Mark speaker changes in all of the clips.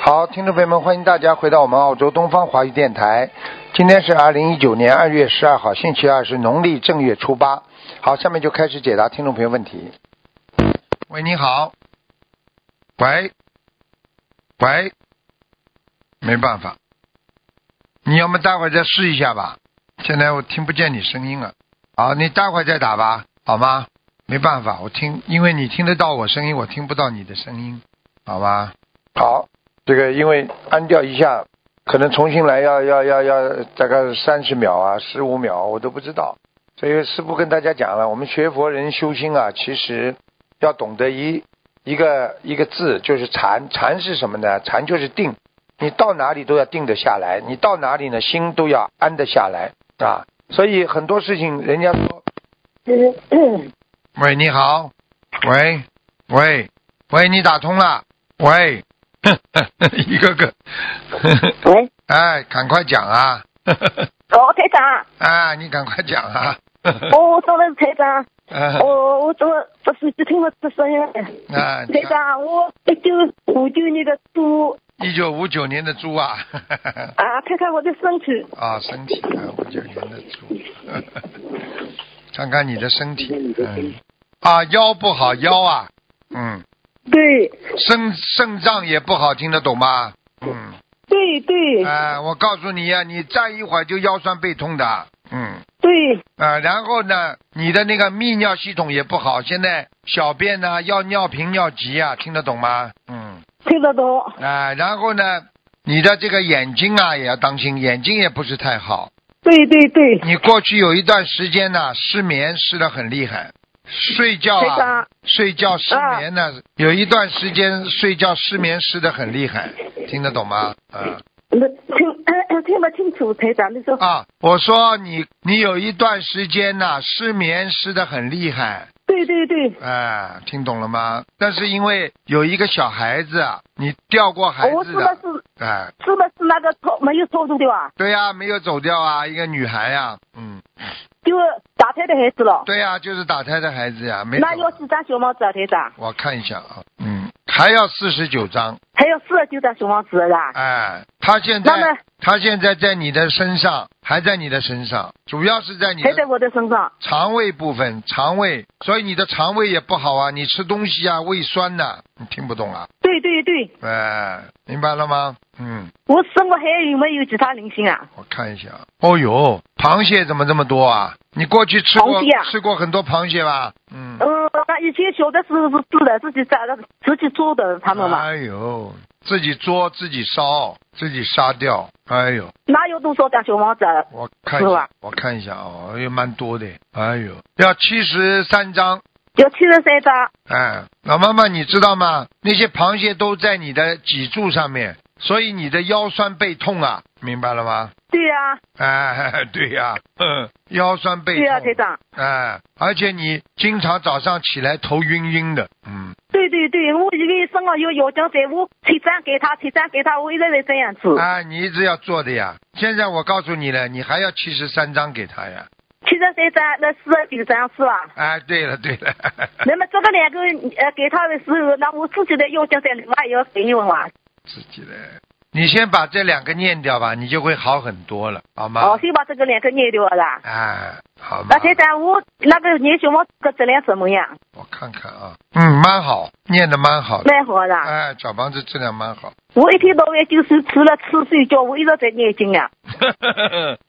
Speaker 1: 好，听众朋友们，欢迎大家回到我们澳洲东方华语电台。今天是二零一九年二月十二号，星期二，是农历正月初八。好，下面就开始解答听众朋友问题。喂，你好。喂，喂，没办法，你要么待会儿再试一下吧。现在我听不见你声音了。好，你待会儿再打吧，好吗？没办法，我听，因为你听得到我声音，我听不到你的声音，好吧？好，这个因为按掉一下，可能重新来要要要要大概三十秒啊，十五秒，我都不知道。所以师傅跟大家讲了，我们学佛人修心啊，其实要懂得一一个一个字，就是禅。禅是什么呢？禅就是定。你到哪里都要定得下来，你到哪里呢，心都要安得下来啊。所以很多事情，人家说， 喂，你好，喂，喂，喂，你打通了，喂， 一个个，
Speaker 2: 喂，
Speaker 1: 哎，赶快讲啊，
Speaker 2: 哦，台长，
Speaker 1: 啊，你赶快讲啊，
Speaker 2: 哦，张了台长，
Speaker 1: 啊
Speaker 2: 哦，我怎么不是就听不出声音了？
Speaker 1: 啊，
Speaker 2: 台长，我一九五九年的猪
Speaker 1: 一九五九年的猪啊，
Speaker 2: 啊，看看我的身体，
Speaker 1: 啊，身体啊，五九年的猪， 看看你的身体，嗯，啊，腰不好，腰啊，嗯，
Speaker 2: 对，
Speaker 1: 肾肾脏也不好，听得懂吗？嗯，
Speaker 2: 对对、
Speaker 1: 啊，我告诉你呀、你站一会儿就腰酸背痛的，嗯。
Speaker 2: 对，
Speaker 1: 啊，然后呢，你的那个泌尿系统也不好，现在小便呢、要尿频尿急啊，听得懂吗？嗯，
Speaker 2: 听得懂，
Speaker 1: 啊，然后呢，你的这个眼睛啊也要当心，眼睛也不是太好。
Speaker 2: 对对对，
Speaker 1: 你过去有一段时间呢、失眠失得很厉害，睡觉
Speaker 2: 台
Speaker 1: 啊
Speaker 2: 长，
Speaker 1: 睡觉失眠呢、有一段时间睡觉失眠失得很厉害，听得懂吗？啊。
Speaker 2: 那听听 不清楚，台长， 你说，
Speaker 1: 啊，我说你，你有一段时间呐、失眠失得很厉害，
Speaker 2: 对对对，
Speaker 1: 哎，听懂了吗？但是因为有一个小孩子，啊，你掉过孩
Speaker 2: 哦我是
Speaker 1: 子
Speaker 2: 不
Speaker 1: 的，
Speaker 2: 是
Speaker 1: 哎，
Speaker 2: 是不是那个超没有超度的吧？
Speaker 1: 对呀、没有走掉啊，一个女孩呀、嗯，
Speaker 2: 就打胎的孩子了，
Speaker 1: 对呀、就是打胎的孩子呀、没走
Speaker 2: 那。要几张小房子啊，台长？
Speaker 1: 我看一下啊，嗯，还要四十九张，
Speaker 2: 还要四十九张小啊房子是吧？
Speaker 1: 哎，他现在
Speaker 2: 那么
Speaker 1: 他现在在你的身上，还在你的身上，主要是在你
Speaker 2: 还
Speaker 1: 的
Speaker 2: 在我的身上，
Speaker 1: 肠胃部分，肠胃，所以你的肠胃也不好啊，你吃东西啊，胃酸呐、你听不懂啊？
Speaker 2: 对对对。
Speaker 1: 哎，明白了吗？嗯，
Speaker 2: 我身上还有没有其他灵性啊？
Speaker 1: 我看一下啊。哦呦，螃蟹怎么这么多啊？你过去吃过
Speaker 2: 螃蟹啊
Speaker 1: 吃过很多螃蟹吧？嗯。
Speaker 2: 嗯，那以前小的时候是自的，自己炸的，自己做的，他们嘛，
Speaker 1: 哎呦，自己捉自己烧自己杀掉，哎呦，
Speaker 2: 哪有多少张小房子啊？
Speaker 1: 我看一
Speaker 2: 是
Speaker 1: 下
Speaker 2: 吧，
Speaker 1: 我看一下哦，也蛮多的，哎呦，要七十三张。
Speaker 2: 有七十三张。
Speaker 1: 哎，老妈妈，你知道吗？那些螃蟹都在你的脊柱上面，所以你的腰酸背痛啊，明白了吗？
Speaker 2: 对呀、
Speaker 1: 哎， 对呀、嗯，腰酸背
Speaker 2: 对啊呀、台
Speaker 1: 痛，
Speaker 2: 长。
Speaker 1: 哎，而且你经常早上起来头晕晕的，嗯，
Speaker 2: 对对对，我一个身上有腰间盘，我退账给他，退账给他，我一直在这样子。
Speaker 1: 哎，你一直要做的呀。现在我告诉你了，你还要七十三张给他呀。
Speaker 2: 七十三张，那四十九张是吧？
Speaker 1: 哎，对了对了，
Speaker 2: 啊那么这个两个呃给他的时候，那我自己的腰间盘另外也要给用啊。
Speaker 1: 自己来，你先把这两个念掉吧，你就会好很多了，好吗？
Speaker 2: 哦，先把这个两个念掉了啦。
Speaker 1: 哎，好吗？
Speaker 2: 那台长，我那个念小房子的质量怎么样？
Speaker 1: 我看看啊，嗯，蛮好，念的蛮好的，
Speaker 2: 蛮好的。
Speaker 1: 哎，小房子质量蛮好，
Speaker 2: 我一天到晚就是除了吃睡觉，我一直在念经啊，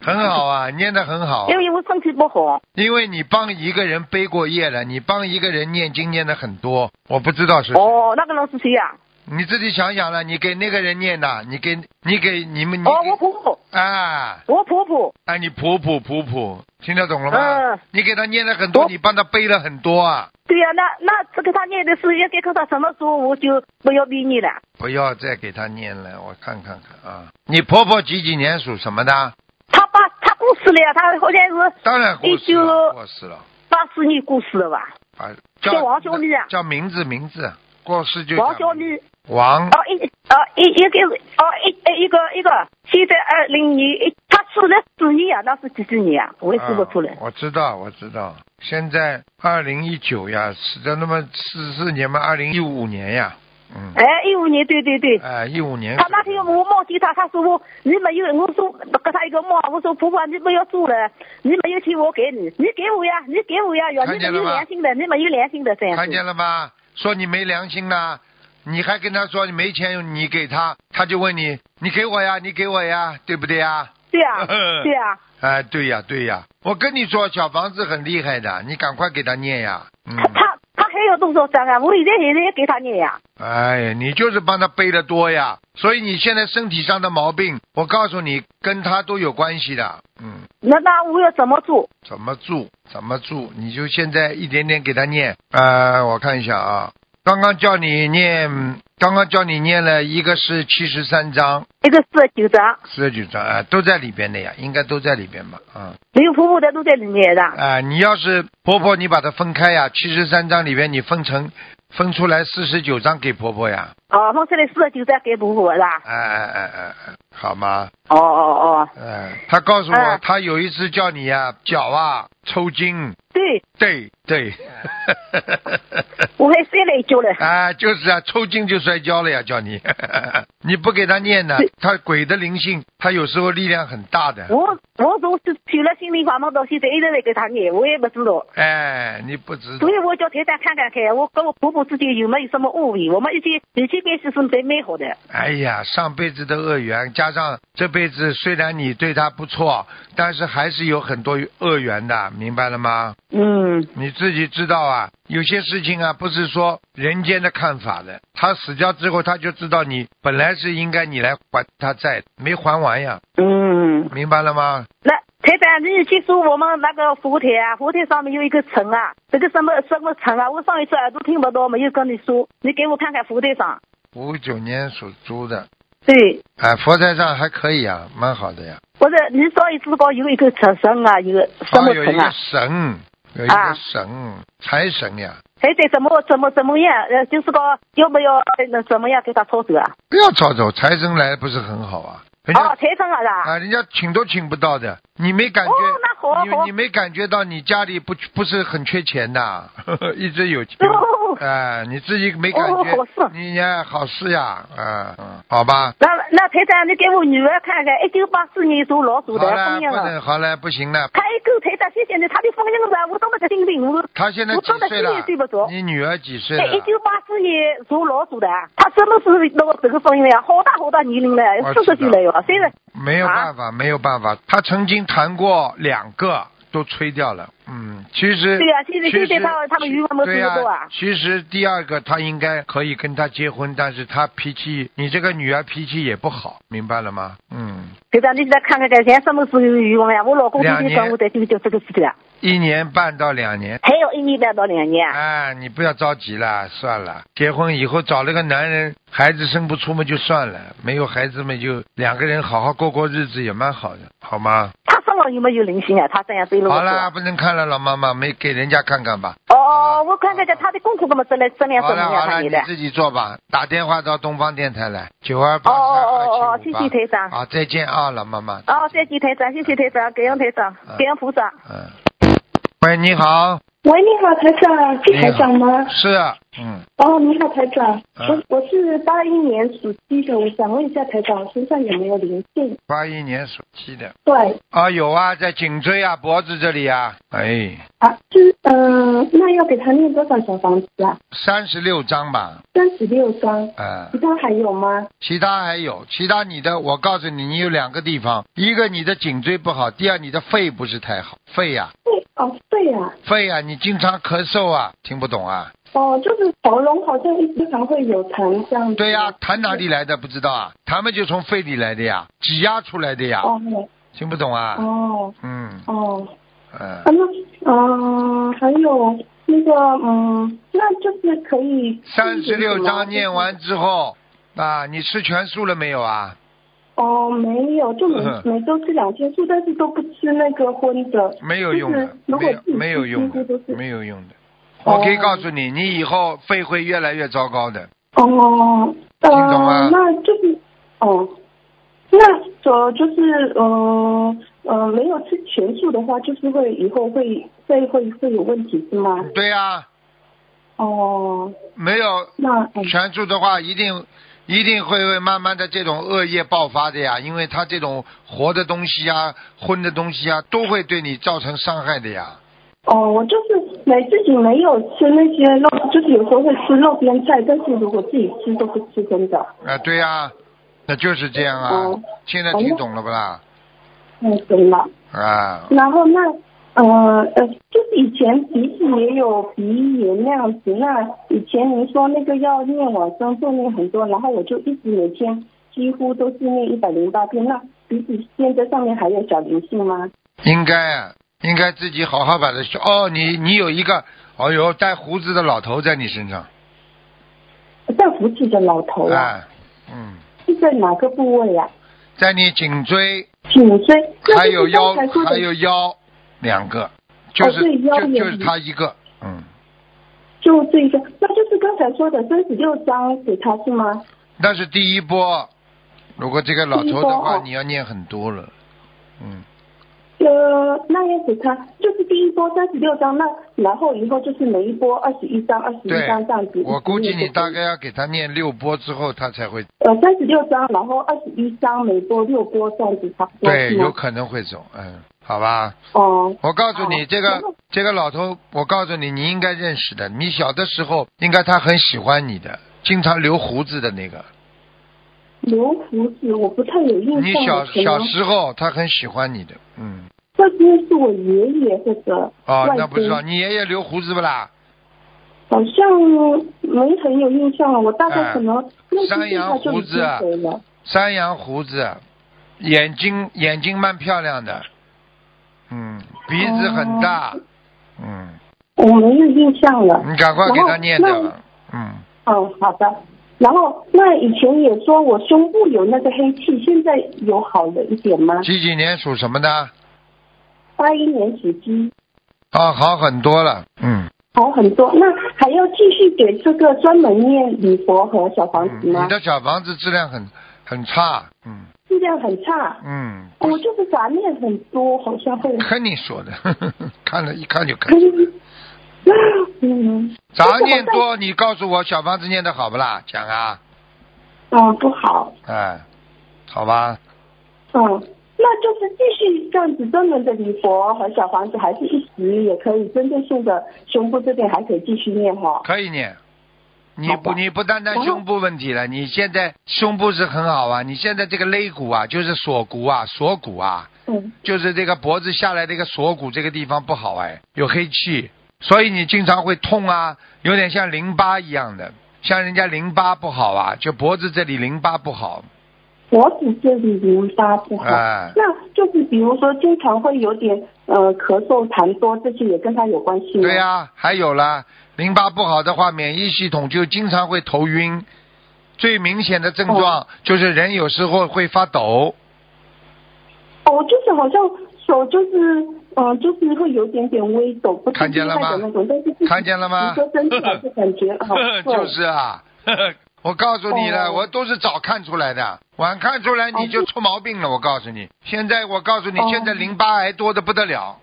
Speaker 1: 很好啊， 念的很好
Speaker 2: 因，为我身体不好。
Speaker 1: 因为你帮一个人背过业了，你帮一个人念经念的很多，我不知道是谁
Speaker 2: 哦，那个人是谁呀、
Speaker 1: 你自己想想了，你给那个人念的，你给你给你们你
Speaker 2: 哦，我婆婆，
Speaker 1: 啊
Speaker 2: 我婆婆。
Speaker 1: 啊，你普普普普，听得懂了吗？
Speaker 2: 嗯
Speaker 1: 你给他念了很多，
Speaker 2: 我
Speaker 1: 你帮他背了很多啊，
Speaker 2: 对呀、那那这个他念的是要该看他什么时候我就不要逼你了。
Speaker 1: 不要再给他念了，我看看看啊，你婆婆几几年属什么的？
Speaker 2: 他爸他过世了呀，他好像是
Speaker 1: 当然过世了，
Speaker 2: 19
Speaker 1: 过世了。
Speaker 2: 八四年过世的吧？
Speaker 1: 啊，
Speaker 2: 叫王小丽啊
Speaker 1: 叫名字名字，过世就
Speaker 2: 王
Speaker 1: 讲
Speaker 2: 小丽，
Speaker 1: 王
Speaker 2: 哦一哦一一个哦一呃一个一个，现在二零年，他死了四年啊，那是几几年啊？我也说不出来
Speaker 1: 啊。我知道，我知道，现在二零一九呀，死的那么四四年嘛，二零一五年呀，嗯，
Speaker 2: 哎，一五年，对对对。
Speaker 1: 哎，一五年。
Speaker 2: 他那天我梦见他，他说我你没有，我说给他一个梦，我说婆婆你不要做了，你没有钱我给你，你给我呀，你给我呀，要
Speaker 1: 看
Speaker 2: 你没
Speaker 1: 见了
Speaker 2: 有
Speaker 1: 吗
Speaker 2: 良心的，你没有良心的这样
Speaker 1: 看
Speaker 2: 子。
Speaker 1: 见了吗？说你没良心呐！你还跟他说你没钱，你给他，他就问你，你给我呀，你给我呀，对不对呀？
Speaker 2: 对啊，对啊，
Speaker 1: 哎，对呀，对呀，我跟你说，小房子很厉害的，你赶快给他念呀。嗯，
Speaker 2: 他他他还有多少张啊？我现在现在也给他念呀。
Speaker 1: 哎呀，你就是帮他背的多呀，所以你现在身体上的毛病，我告诉你，跟他都有关系的。嗯，
Speaker 2: 那那我要怎么做？
Speaker 1: 怎么住，怎么住，你就现在一点点给他念。呃，我看一下啊，刚刚叫你念，刚刚叫你念了一个是七十三章，
Speaker 2: 一个四十九张，
Speaker 1: 四十九章，啊、都在里边的呀，应该都在里边吧，啊、
Speaker 2: 没有婆婆的都在里面的
Speaker 1: 啊、。你要是婆婆，你把它分开呀，七十三章里边你分成分出来四十九章给婆婆呀，
Speaker 2: 哦，放出来四十九张给婆婆是吧？
Speaker 1: 哎哎哎哎哎，好吗？
Speaker 2: 哦哦哦，
Speaker 1: 哎，他告诉我，
Speaker 2: 哎
Speaker 1: 他有一次叫你呀、脚啊抽筋，
Speaker 2: 对，
Speaker 1: 对对，
Speaker 2: 哎我还摔了一跤了。
Speaker 1: 啊，就是啊，抽筋就摔跤了呀，叫你， 你不给他念呢
Speaker 2: 对，哦
Speaker 1: 他鬼的灵性，他有时候力量很大的，
Speaker 2: 我我从是修了心灵法门到现在一直在给他念，我也不知道，
Speaker 1: 哎，你不知道
Speaker 2: 所，以我叫台长看看看，我跟我婆婆之间有没有什么误会？我们以前以前关系是蛮美好的。
Speaker 1: 哎呀，上辈子的恶缘，加上这辈子虽然你对他不错，但是还是有很多恶缘的，明白了吗？
Speaker 2: 嗯，
Speaker 1: 你自己知道啊，有些事情啊，不是说人间的看法的。他死掉之后，他就知道你本来是应该你来还他债，没还完呀，
Speaker 2: 嗯，
Speaker 1: 明白了吗？
Speaker 2: 那台长，你以前说我们那个佛台啊，佛台上面有一个城啊，这个什么什么城啊，我上一次耳朵听不到，没有跟你说，你给我看看佛台上。
Speaker 1: 五九年属猪的，
Speaker 2: 对，
Speaker 1: 哎，佛台上还可以啊，蛮好的呀。
Speaker 2: 或者你上一次讲有一个城神啊，有个什
Speaker 1: 啊，
Speaker 2: 么
Speaker 1: 有一
Speaker 2: 城
Speaker 1: 个
Speaker 2: 啊，
Speaker 1: 神，有一个
Speaker 2: 啊
Speaker 1: 神，财神呀，
Speaker 2: 还得怎么怎么怎么样？呃，就是讲要不要呃那怎么样给他操作啊？
Speaker 1: 不要吵走，财神来不是很好啊？人家
Speaker 2: 哦，财神啊是吧？
Speaker 1: 啊，人家请都请不到的，你没感觉？
Speaker 2: 哦那好啊
Speaker 1: 你
Speaker 2: 好啊
Speaker 1: 你没感觉到你家里不不是很缺钱呐？ 一直有钱。
Speaker 2: 哦
Speaker 1: 哎、你自己没感觉？
Speaker 2: 哦好事
Speaker 1: 你呀，好事呀，啊、嗯，好吧。
Speaker 2: 那那台长，你给我女儿看看，一九八四年属老鼠
Speaker 1: 好
Speaker 2: 的，
Speaker 1: 了，
Speaker 2: 封印
Speaker 1: 不
Speaker 2: 了。
Speaker 1: 能，好了，不行了。
Speaker 2: 她一够台长，谢谢你，她的封印了，我多么的心病，我
Speaker 1: 他现在
Speaker 2: 我
Speaker 1: 几
Speaker 2: 真的
Speaker 1: 岁
Speaker 2: 心
Speaker 1: 了
Speaker 2: 里？睡不着。
Speaker 1: 你女儿几岁
Speaker 2: 哎，一
Speaker 1: 了？
Speaker 2: 九八四年属老鼠的，她什么时候那个这个封印了呀？好大好大年龄了
Speaker 1: 我，
Speaker 2: 四
Speaker 1: 知道
Speaker 2: 十岁了哟。虽然啊
Speaker 1: 没有办法，没有办法。他曾经谈过两个，都吹掉了。嗯，其实
Speaker 2: 对呀现在
Speaker 1: 其实
Speaker 2: 现在他他们余文没
Speaker 1: 对
Speaker 2: 这么多啊
Speaker 1: 其实第二个他应该可以跟他结婚，但是他脾气，你这个女儿脾气也不好，明白了吗？嗯，
Speaker 2: 台长，你再看看看，现在什么时候有余文呀？我老公天天跟我在纠结这个事情啊，
Speaker 1: 一年半到两年。
Speaker 2: 还有一年半到两年啊。
Speaker 1: 哎，你不要着急了，算了，结婚以后找了个男人，孩子生不出嘛就算了，没有孩子嘛就两个人好好过过日子也蛮好的，好吗？
Speaker 2: 她身上有没有灵性啊？她这样对了我
Speaker 1: 好
Speaker 2: 说。
Speaker 1: 啦，不能看了，老妈妈没给人家看看吧？
Speaker 2: 哦，我看看看她的功课怎么质量质量
Speaker 1: 好
Speaker 2: 怎么
Speaker 1: 了
Speaker 2: 样？
Speaker 1: 好了，
Speaker 2: 她
Speaker 1: 你
Speaker 2: 现在。
Speaker 1: 自己做吧，打电话到东方电台来，九二
Speaker 2: 哦
Speaker 1: 八三
Speaker 2: 哦哦
Speaker 1: 二
Speaker 2: 哦，
Speaker 1: 七
Speaker 2: 谢
Speaker 1: 五
Speaker 2: 谢台长。
Speaker 1: 八。好，再见啊，老妈妈。
Speaker 2: 哦，再见台长，谢谢台长，感恩台长
Speaker 1: 嗯，
Speaker 2: 感恩菩萨。
Speaker 1: 嗯。喂，你好，
Speaker 3: 喂，你好，台长，是台长吗？
Speaker 1: 是，嗯，
Speaker 3: 哦，你好，台长，
Speaker 1: 嗯
Speaker 3: 我我是八一年属鸡的，我想问一下台长身上有没有灵性？
Speaker 1: 八一年属鸡的
Speaker 3: 对，
Speaker 1: 啊，有啊，在颈椎啊、脖子这里啊，哎，
Speaker 3: 啊，就是嗯、呃那要给他念多少小房子啊？
Speaker 1: 三十六张吧，
Speaker 3: 三十六张，
Speaker 1: 啊、
Speaker 3: 其他还有吗？
Speaker 1: 其他还有，其他你的，我告诉你，你有两个地方，一个你的颈椎不好，第二你的肺不是太好，肺呀、
Speaker 3: 对，哦，对啊，
Speaker 1: 肺呀、你经常咳嗽啊，听不懂啊？
Speaker 3: 哦，就是喉咙好像一经常会有痰这样子。
Speaker 1: 对呀、啊痰哪里来的不知道啊？痰嘛就从肺里来的呀，挤压出来的呀，
Speaker 3: 哦
Speaker 1: 听不懂啊？
Speaker 3: 哦
Speaker 1: 嗯
Speaker 3: 哦，
Speaker 1: 嗯
Speaker 3: 啊，那嗯、呃还有那个嗯，那就是可以
Speaker 1: 三十六章念
Speaker 3: 完。
Speaker 1: 完之后啊，你吃全素了没有啊？
Speaker 3: 哦，没有，就每
Speaker 1: 嗯
Speaker 3: 每周吃两天素，但是都不吃那个荤的。
Speaker 1: 没有用的，
Speaker 3: 就是
Speaker 1: 没
Speaker 3: 如果
Speaker 1: 有
Speaker 3: 自己
Speaker 1: 没有用
Speaker 3: 几乎
Speaker 1: 的，
Speaker 3: 都是
Speaker 1: 没有用的。
Speaker 3: 哦
Speaker 1: 我可以告诉你，你以后肺会越来越糟糕的。
Speaker 3: 哦，呃，
Speaker 1: 听懂吗
Speaker 3: 那就是哦，那呃就是呃呃没有吃全素的话，就是会以后会会会会有问题是吗？
Speaker 1: 对呀、
Speaker 3: 哦，
Speaker 1: 啊没有
Speaker 3: 那嗯
Speaker 1: 全住的话，一定一定会会慢慢的这种恶业爆发的呀，因为它这种活的东西呀、荤的东西呀，都会对你造成伤害的呀。
Speaker 3: 哦，我就是没自己没有吃那些肉，就是有时候会吃肉边菜，但是如果自己吃都不吃，真的。
Speaker 1: 啊，对呀、那就是这样啊。
Speaker 3: 哦
Speaker 1: 现在听懂了不啦？
Speaker 3: 嗯，对了。
Speaker 1: 啊，
Speaker 3: 然后那呃呃，就是以前鼻子也有鼻炎那样子。那以前您说那个啊要念往生咒念很多，然后我就一直每天几乎都是念一百零八遍。那鼻子现在上面还有小灵性吗？
Speaker 1: 应该啊，应该自己好好把它修。哦，你你有一个，哦哟，带胡子的老头在你身上，
Speaker 3: 在扶起的老头啊，
Speaker 1: 啊，嗯，
Speaker 3: 是在哪个部位啊？
Speaker 1: 在你颈椎
Speaker 3: 颈椎，
Speaker 1: 还有腰
Speaker 3: 那就是刚才说的哦
Speaker 1: 还有腰两个，就是、
Speaker 3: 对腰
Speaker 1: 就
Speaker 3: 也
Speaker 1: 就是
Speaker 3: 一
Speaker 1: 他一个，嗯，
Speaker 3: 就这一个，那就是刚才说的三十六章给他是吗？
Speaker 1: 那是第一波。如果这个老
Speaker 3: 第一
Speaker 1: 头的
Speaker 3: 波
Speaker 1: 话，
Speaker 3: 哦
Speaker 1: 你要念很多了，嗯，
Speaker 3: 呃，那要给他就是第一波三十六章，那然后以后就是每一波二十一章、二十一
Speaker 1: 对
Speaker 3: 章这样子。
Speaker 1: 我估计你大
Speaker 3: 概。
Speaker 1: 概要给他念六波之后，他才会
Speaker 3: 呃，三十六张，然后二十一张，每波六波这样子差不多
Speaker 1: 对，
Speaker 3: 是啊
Speaker 1: 有
Speaker 3: 吗？
Speaker 1: 可能会走，嗯，好吧。
Speaker 3: 哦
Speaker 1: 我告诉你，
Speaker 3: 哦
Speaker 1: 这
Speaker 3: 然
Speaker 1: 个
Speaker 3: 后
Speaker 1: 这个老头，我告诉你，你应该认识的。你小的时候，应该他很喜欢你的，经常留胡子的那个。
Speaker 3: 留胡子我不太有印
Speaker 1: 你
Speaker 3: 象
Speaker 1: 小
Speaker 3: 了，可
Speaker 1: 小
Speaker 3: 能
Speaker 1: 时候，他很喜欢你的，嗯。
Speaker 3: 这些是我爷爷或者
Speaker 1: 哦
Speaker 3: 外，
Speaker 1: 那不知道
Speaker 3: 公
Speaker 1: 你爷爷留胡子不啦？
Speaker 3: 好像没很有印象了，我大概
Speaker 1: 哎
Speaker 3: 可能那
Speaker 1: 山
Speaker 3: 一
Speaker 1: 羊
Speaker 3: 下就
Speaker 1: 胡
Speaker 3: 已
Speaker 1: 子
Speaker 3: 经
Speaker 1: 啊
Speaker 3: 回了。
Speaker 1: 山羊胡子，眼睛眼睛蛮漂亮的，嗯，鼻子很大，
Speaker 3: 哦
Speaker 1: 嗯，
Speaker 3: 我没有印象了。
Speaker 1: 你赶快给他念
Speaker 3: 然
Speaker 1: 掉
Speaker 3: 后
Speaker 1: 了，嗯。
Speaker 3: 那嗯，好的。然后那以前也说我胸部有那个黑气，现在有好了一点吗？
Speaker 1: 几几年属什么的？
Speaker 3: 八一年属鸡。
Speaker 1: 啊，好很多了，嗯。
Speaker 3: 好很多，那还要继续给这个专门念礼佛和小房
Speaker 1: 嗯
Speaker 3: 子吗
Speaker 1: 你？的小房子质量很很差，嗯
Speaker 3: 质量很差，
Speaker 1: 嗯，
Speaker 3: 我就是杂念很多，好像会。
Speaker 1: 跟你说的， 看了一看就看。
Speaker 3: 嗯，
Speaker 1: 杂念多，你告诉我小房子念的好不啦？讲啊，
Speaker 3: 嗯，不好，
Speaker 1: 哎，好吧，
Speaker 3: 嗯，那就是继续这样子专门的礼佛和小房子，还是一直也可以针对性的胸部这边还可以继续念哈、
Speaker 1: 可以念。你
Speaker 3: 好
Speaker 1: 不，
Speaker 3: 吧
Speaker 1: 你不单单
Speaker 3: 然后
Speaker 1: 胸部问题了，你现在胸部是很好啊，你现在这个肋骨啊，就是锁骨啊、锁骨啊，
Speaker 3: 嗯，
Speaker 1: 就是这个脖子下来这个锁骨这个地方不好哎，有黑气，所以你经常会痛啊，有点像淋巴一样的，像人家淋巴不好啊，就脖子这里淋巴不好，
Speaker 3: 脖子这里淋巴不好，
Speaker 1: 哎
Speaker 3: 那就是比如说经常会有点呃咳嗽、痰多，这些也跟他有关系吗？
Speaker 1: 对呀、还有啦，淋巴不好的话，免疫系统就经常会头晕，最明显的症状就是人有时候会发抖，
Speaker 3: 哦，就是好像手就是，嗯、就是会有点点微抖，不是
Speaker 1: 看见了吗
Speaker 3: 厉害的那种，但是就是
Speaker 1: 看见了吗
Speaker 3: 你说真起来就感觉 好哦会
Speaker 1: 就是啊。 呵呵我告诉你了，
Speaker 3: 哦
Speaker 1: 我都是早看出来的，晚看出来你就出毛病了。我告诉你，现在我告诉你
Speaker 3: 哦，
Speaker 1: 现在淋巴癌多的不得了。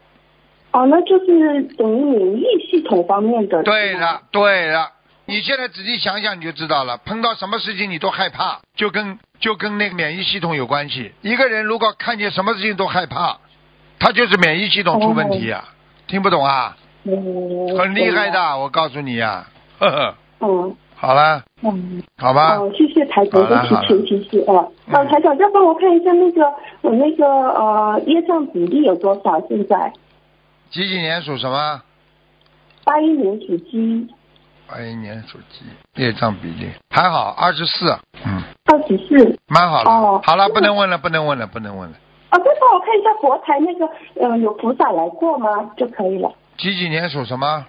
Speaker 3: 哦，那就是等于免疫系统方面的。
Speaker 1: 对
Speaker 3: 是吗
Speaker 1: 了，对了，你现在仔细想想你就知道了，碰到什么事情你都害怕，就跟就跟那个免疫系统有关系。一个人如果看见什么事情都害怕，他就是免疫系统出问题呀、
Speaker 3: 哦
Speaker 1: 听不懂啊？
Speaker 3: 嗯，
Speaker 1: 很厉害的，我告诉你呀、呵呵，
Speaker 3: 对了。嗯
Speaker 1: 好了，
Speaker 3: 嗯，
Speaker 1: 好吧，
Speaker 3: 哦，谢谢台长
Speaker 1: 好了
Speaker 3: 的提
Speaker 1: 好了
Speaker 3: 醒提醒啊。哦，
Speaker 1: 嗯
Speaker 3: 台长，再帮我看一下那个我那个呃业障比例有多少？现在
Speaker 1: 几几年属什么？
Speaker 3: 八一年属鸡，
Speaker 1: 八一哎年属鸡，业障比例还好，二十四，嗯，
Speaker 3: 二十四。
Speaker 1: 蛮好了。
Speaker 3: 哦
Speaker 1: 好了，
Speaker 3: 那
Speaker 1: 不能问了，不能问了，不能问了。
Speaker 3: 哦，再帮我看一下佛台那个，嗯、有菩萨来过吗？就可以了。
Speaker 1: 几几年属什么？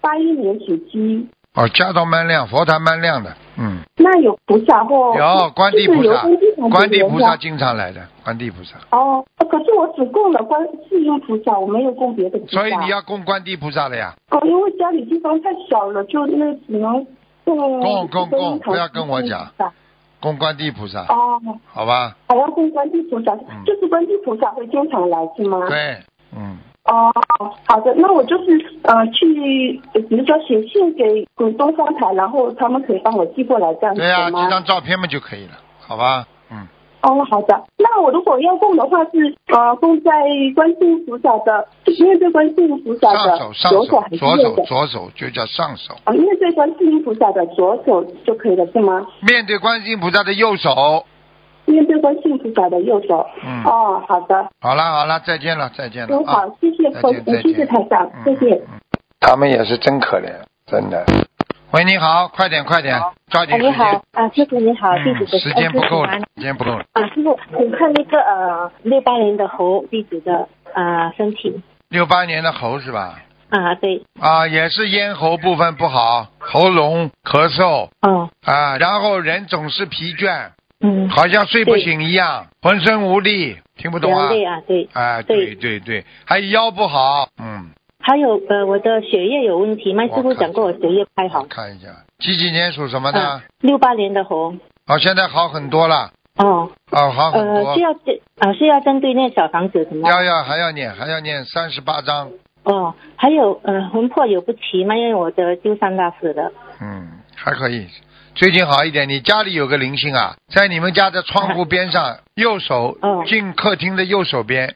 Speaker 3: 八一年属鸡，
Speaker 1: 哦，家道蛮亮，佛台蛮亮的，嗯。
Speaker 3: 那有菩萨或
Speaker 1: 有观地
Speaker 3: 哦就是
Speaker 1: 菩
Speaker 3: 有
Speaker 1: 萨
Speaker 3: 观地菩萨，
Speaker 1: 观地菩
Speaker 3: 有
Speaker 1: 萨
Speaker 3: 吗
Speaker 1: 经常来的，观地菩萨，
Speaker 3: 哦，可是我只供了观世音菩萨，我没有供别的菩萨。
Speaker 1: 所以你要供观地菩萨了呀，
Speaker 3: 哦，因为家里地方太小了，就那只能供
Speaker 1: 供供
Speaker 3: 观音
Speaker 1: 供
Speaker 3: 堂
Speaker 1: 不要跟我
Speaker 3: 观音
Speaker 1: 讲
Speaker 3: 菩萨
Speaker 1: 供观地菩萨，
Speaker 3: 哦，
Speaker 1: 好吧？
Speaker 3: 还要供观地菩萨，
Speaker 1: 啊嗯
Speaker 3: 就是观地菩萨会经常来是吗？
Speaker 1: 对，嗯，
Speaker 3: 哦，好的，那我就是呃去，呃比如说写信给给东方台，然后他们可以帮我寄过来这样子
Speaker 1: 对啊呀、
Speaker 3: 吗？
Speaker 1: 几张照片嘛就可以了，好吧？嗯，
Speaker 3: 哦，好的。那我如果要供的话是呃供在观世音菩萨的，面对观世音菩萨
Speaker 1: 上
Speaker 3: 的
Speaker 1: 手上
Speaker 3: 左手
Speaker 1: 手
Speaker 3: 还是
Speaker 1: 左
Speaker 3: 右
Speaker 1: 手
Speaker 3: 手？
Speaker 1: 左手就叫上手，
Speaker 3: 啊，面对观世音菩萨的左手就可以了，是吗？
Speaker 1: 面对观世音菩萨的右手。
Speaker 3: 面对观世音菩萨的右手。
Speaker 1: 嗯
Speaker 3: 哦，好的，
Speaker 1: 好了好了，再见了再见了
Speaker 3: 嗯，
Speaker 1: 啊
Speaker 3: 好，，谢谢
Speaker 1: 再
Speaker 3: 佛，
Speaker 1: 见再
Speaker 3: 谢谢
Speaker 1: 见，
Speaker 3: 台长，谢谢。
Speaker 1: 嗯嗯嗯他们也是真可怜，真的。喂，你好，快点快点，抓紧时
Speaker 3: 哦
Speaker 4: 哎，
Speaker 1: 间。
Speaker 4: 你好，啊，师傅你好，弟子
Speaker 1: 嗯，
Speaker 4: 的
Speaker 1: 时间不够了，时间不够了。
Speaker 4: 啊，师傅，请看那个呃六八年的猴弟子的呃身体
Speaker 1: 六八年的猴是吧？
Speaker 4: 啊，对，
Speaker 1: 啊，也是咽喉部分不好，喉咙咳嗽
Speaker 4: 哦，
Speaker 1: 啊，然后人总是疲倦，
Speaker 4: 嗯，
Speaker 1: 好像睡不醒一样，浑身无力，听不懂
Speaker 4: 两
Speaker 1: 啊？
Speaker 4: 类啊，对，
Speaker 1: 啊，对对对，还有腰不好，嗯，
Speaker 4: 还有呃我的血液有问题，麦师
Speaker 1: 我
Speaker 4: 傅
Speaker 1: 看
Speaker 4: 讲过我血液不太好，
Speaker 1: 看一下几几年属什么的
Speaker 4: 啊？，六八年的猴，
Speaker 1: 哦，现在好很多了，
Speaker 4: 哦，
Speaker 1: 哦，好很
Speaker 4: 呃是
Speaker 1: 多。
Speaker 4: 要针啊是要针对那小房子什么？
Speaker 1: 要要还要念，还要念三十八章，
Speaker 4: 哦，还有呃魂魄有不齐嘛，因为我的丢三落四的，
Speaker 1: 嗯，还可以。最近好一点，你家里有个灵性啊，在你们家的窗户边
Speaker 4: 嗯
Speaker 1: 上，右手
Speaker 4: 哦
Speaker 1: 进客厅的右手边，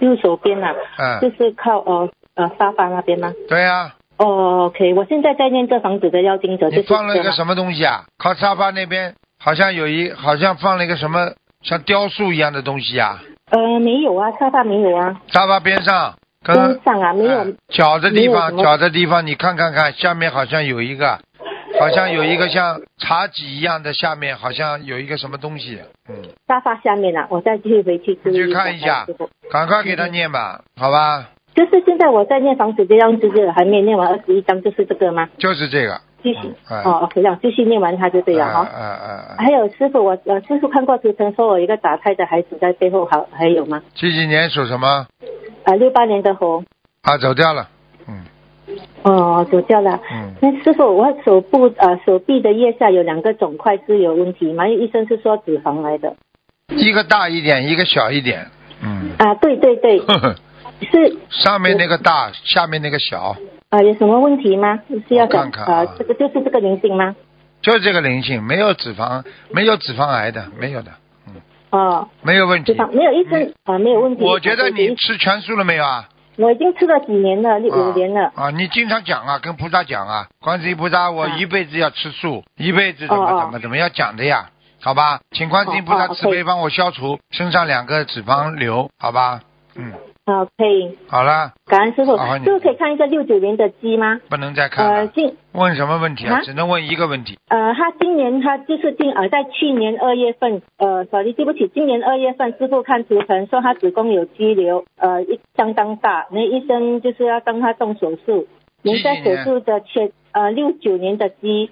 Speaker 4: 右手边呐、
Speaker 1: 嗯，
Speaker 4: 就是靠呃呃沙发那边吗？
Speaker 1: 对呀、
Speaker 4: 哦，OK，我现在在念这房子的要经者，就
Speaker 1: 你
Speaker 4: 是
Speaker 1: 放了一
Speaker 4: 这
Speaker 1: 个
Speaker 4: 吗
Speaker 1: 什么东西啊？靠沙发那边好像有一，好像放了一个什么像雕塑一样的东西啊，
Speaker 4: 呃，没有啊，沙发没有啊，
Speaker 1: 沙发边上跟
Speaker 4: 边上啊没有
Speaker 1: 嗯脚的地
Speaker 4: 没有什
Speaker 1: 方，
Speaker 4: 么
Speaker 1: 脚的地方，你看看看，下面好像有一个，好像有一个像茶几一样的，下面好像有一个什么东西，嗯，
Speaker 4: 沙发下面啊，我再继续回去注
Speaker 1: 你
Speaker 4: 意
Speaker 1: 去看一下
Speaker 4: 师傅
Speaker 1: 赶快
Speaker 4: 嗯
Speaker 1: 给他念吧，好吧，
Speaker 4: 就是现在我在念房子这样子，还没念完二十一章，就是这个吗？
Speaker 1: 就是这个，
Speaker 4: 继续、
Speaker 1: 哎
Speaker 4: 哦，OK，让继续念完它就对了
Speaker 1: 嗯
Speaker 4: 哈。
Speaker 1: 嗯嗯嗯，
Speaker 4: 还有师傅，我呃师傅看过图腾，说我一个打胎的孩子在背后还还有吗？
Speaker 1: 几几年属什么？
Speaker 4: 啊、六八年的猴，
Speaker 1: 啊，走掉了，嗯
Speaker 4: 哦，走掉了。
Speaker 1: 嗯。
Speaker 4: 那师傅，我手部呃手臂的腋下有两个肿块是有问题吗？因为医生是说脂肪来的。
Speaker 1: 一个大一点，一个小一点。嗯，
Speaker 4: 啊，对对对，
Speaker 1: 呵呵，
Speaker 4: 是
Speaker 1: 上面那个大，下面那个小，
Speaker 4: 呃，有什么问题吗？是要
Speaker 1: 我看
Speaker 4: 讲
Speaker 1: 看啊
Speaker 4: 呃，这个就是这个灵性吗？
Speaker 1: 就这个灵性，没有脂肪，没有脂肪癌的，没有的，
Speaker 4: 哦，
Speaker 1: 没有问
Speaker 4: 脂
Speaker 1: 题。
Speaker 4: 肪没有医生啊、呃没有问题。
Speaker 1: 我觉得
Speaker 4: 对
Speaker 1: 你，吃全素了没有啊？
Speaker 4: 我已经吃了几年了，六
Speaker 1: 啊
Speaker 4: 五年了。
Speaker 1: 啊！你经常讲啊，跟菩萨讲啊，观世音菩萨，我
Speaker 4: 啊
Speaker 1: 一辈子要吃素，一辈子怎
Speaker 4: 哦
Speaker 1: 么
Speaker 4: 哦
Speaker 1: 怎么怎么要讲的呀，好吧？请观世音菩萨
Speaker 4: 哦哦
Speaker 1: 慈悲
Speaker 4: ，OK
Speaker 1: 帮我消除身上两个脂肪瘤，好吧？嗯，
Speaker 4: 啊，可以，
Speaker 1: 好了，
Speaker 4: 感恩师傅。
Speaker 1: 好你
Speaker 4: 师傅可以看一个六九年的鸡吗？
Speaker 1: 不能再看
Speaker 4: 呃，
Speaker 1: 了。
Speaker 4: 今
Speaker 1: 问什么问题啊？
Speaker 4: 啊
Speaker 1: 只能问一个问题。
Speaker 4: 呃，他今年他就是今呃，在去年二月份，呃，sorry，对不起，今年二月份师傅看图腾说他子宫有肌瘤，呃，一相当大，那医生就是要帮他动手术。您在
Speaker 1: 几几
Speaker 4: 手
Speaker 1: 年
Speaker 4: 术的前呃六九年的鸡，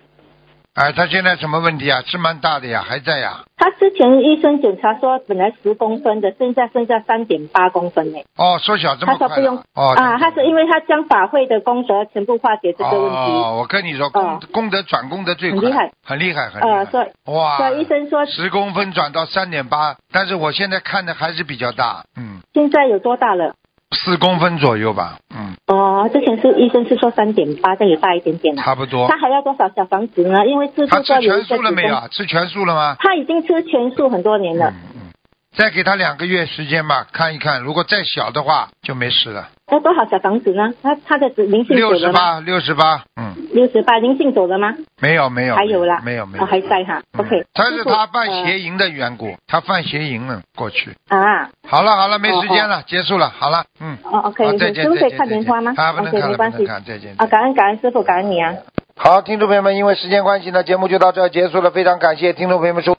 Speaker 1: 哎，他现在什么问题啊？是蛮大的呀，还在呀。
Speaker 4: 他之前医生检查说本来十公分的，现在剩下三点八公分呢。
Speaker 1: 哦，缩小这
Speaker 4: 他
Speaker 1: 么
Speaker 4: 说
Speaker 1: 快
Speaker 4: 不用
Speaker 1: 了。哦
Speaker 4: 啊，他是因
Speaker 1: 为
Speaker 4: 为他将法会的功德全部化解这个问题。
Speaker 1: 哦，我跟你说，功
Speaker 4: 哦
Speaker 1: 功德转功德最
Speaker 4: 很厉
Speaker 1: 快
Speaker 4: 害，
Speaker 1: 很厉害，很
Speaker 4: 呃，
Speaker 1: 厉
Speaker 4: 所以
Speaker 1: 害。哇，
Speaker 4: 所以医生说
Speaker 1: 十公分转到三点八，但是我现在看的还是比较大，嗯，
Speaker 4: 现在有多大了？
Speaker 1: 四公分左右吧，嗯，
Speaker 4: 哦，之前是医生是说三点八，这里大一点点了、啊
Speaker 1: 差不多
Speaker 4: 他。还要多少小房子呢？因为师
Speaker 1: 他
Speaker 4: 傅
Speaker 1: 吃
Speaker 4: 说有一
Speaker 1: 全素
Speaker 4: 个
Speaker 1: 了
Speaker 4: 子
Speaker 1: 没有
Speaker 4: 宫，
Speaker 1: 啊？吃全素了吗？
Speaker 4: 他已经吃全素很多年了，
Speaker 1: 嗯嗯。再给他两个月时间吧，看一看，如果再小的话就没事了。
Speaker 4: 要多少小房子呢？他他的灵性走
Speaker 1: 六
Speaker 4: 了
Speaker 1: 十
Speaker 4: 吗？
Speaker 1: 八，六十八，嗯，
Speaker 4: 六十八，灵性走了吗？
Speaker 1: 没有没有，
Speaker 4: 还有啦，
Speaker 1: 没有没
Speaker 4: 哦
Speaker 1: 有，
Speaker 4: 还在哈。
Speaker 1: 嗯
Speaker 4: OK，
Speaker 1: 但是他犯
Speaker 4: 邪
Speaker 1: 邪淫的缘故，他犯邪淫了。过去
Speaker 4: 啊，
Speaker 1: 好了好了，没时间了，结束了，好了，嗯，
Speaker 4: 哦，OK，
Speaker 1: 好，再
Speaker 4: 师
Speaker 1: 见
Speaker 4: 傅
Speaker 1: 再
Speaker 4: 可以
Speaker 1: 见
Speaker 4: 看莲花吗
Speaker 1: 啊，不能
Speaker 4: ？OK，
Speaker 1: 看
Speaker 4: 没
Speaker 1: 了，
Speaker 4: 关
Speaker 1: 不能
Speaker 4: 系。
Speaker 1: 看，再见
Speaker 4: 啊，感恩感恩师傅，感恩你啊。
Speaker 1: 好，听众朋友们，因为时间关系呢，节目就到这儿结束了，非常感谢听众朋友们收。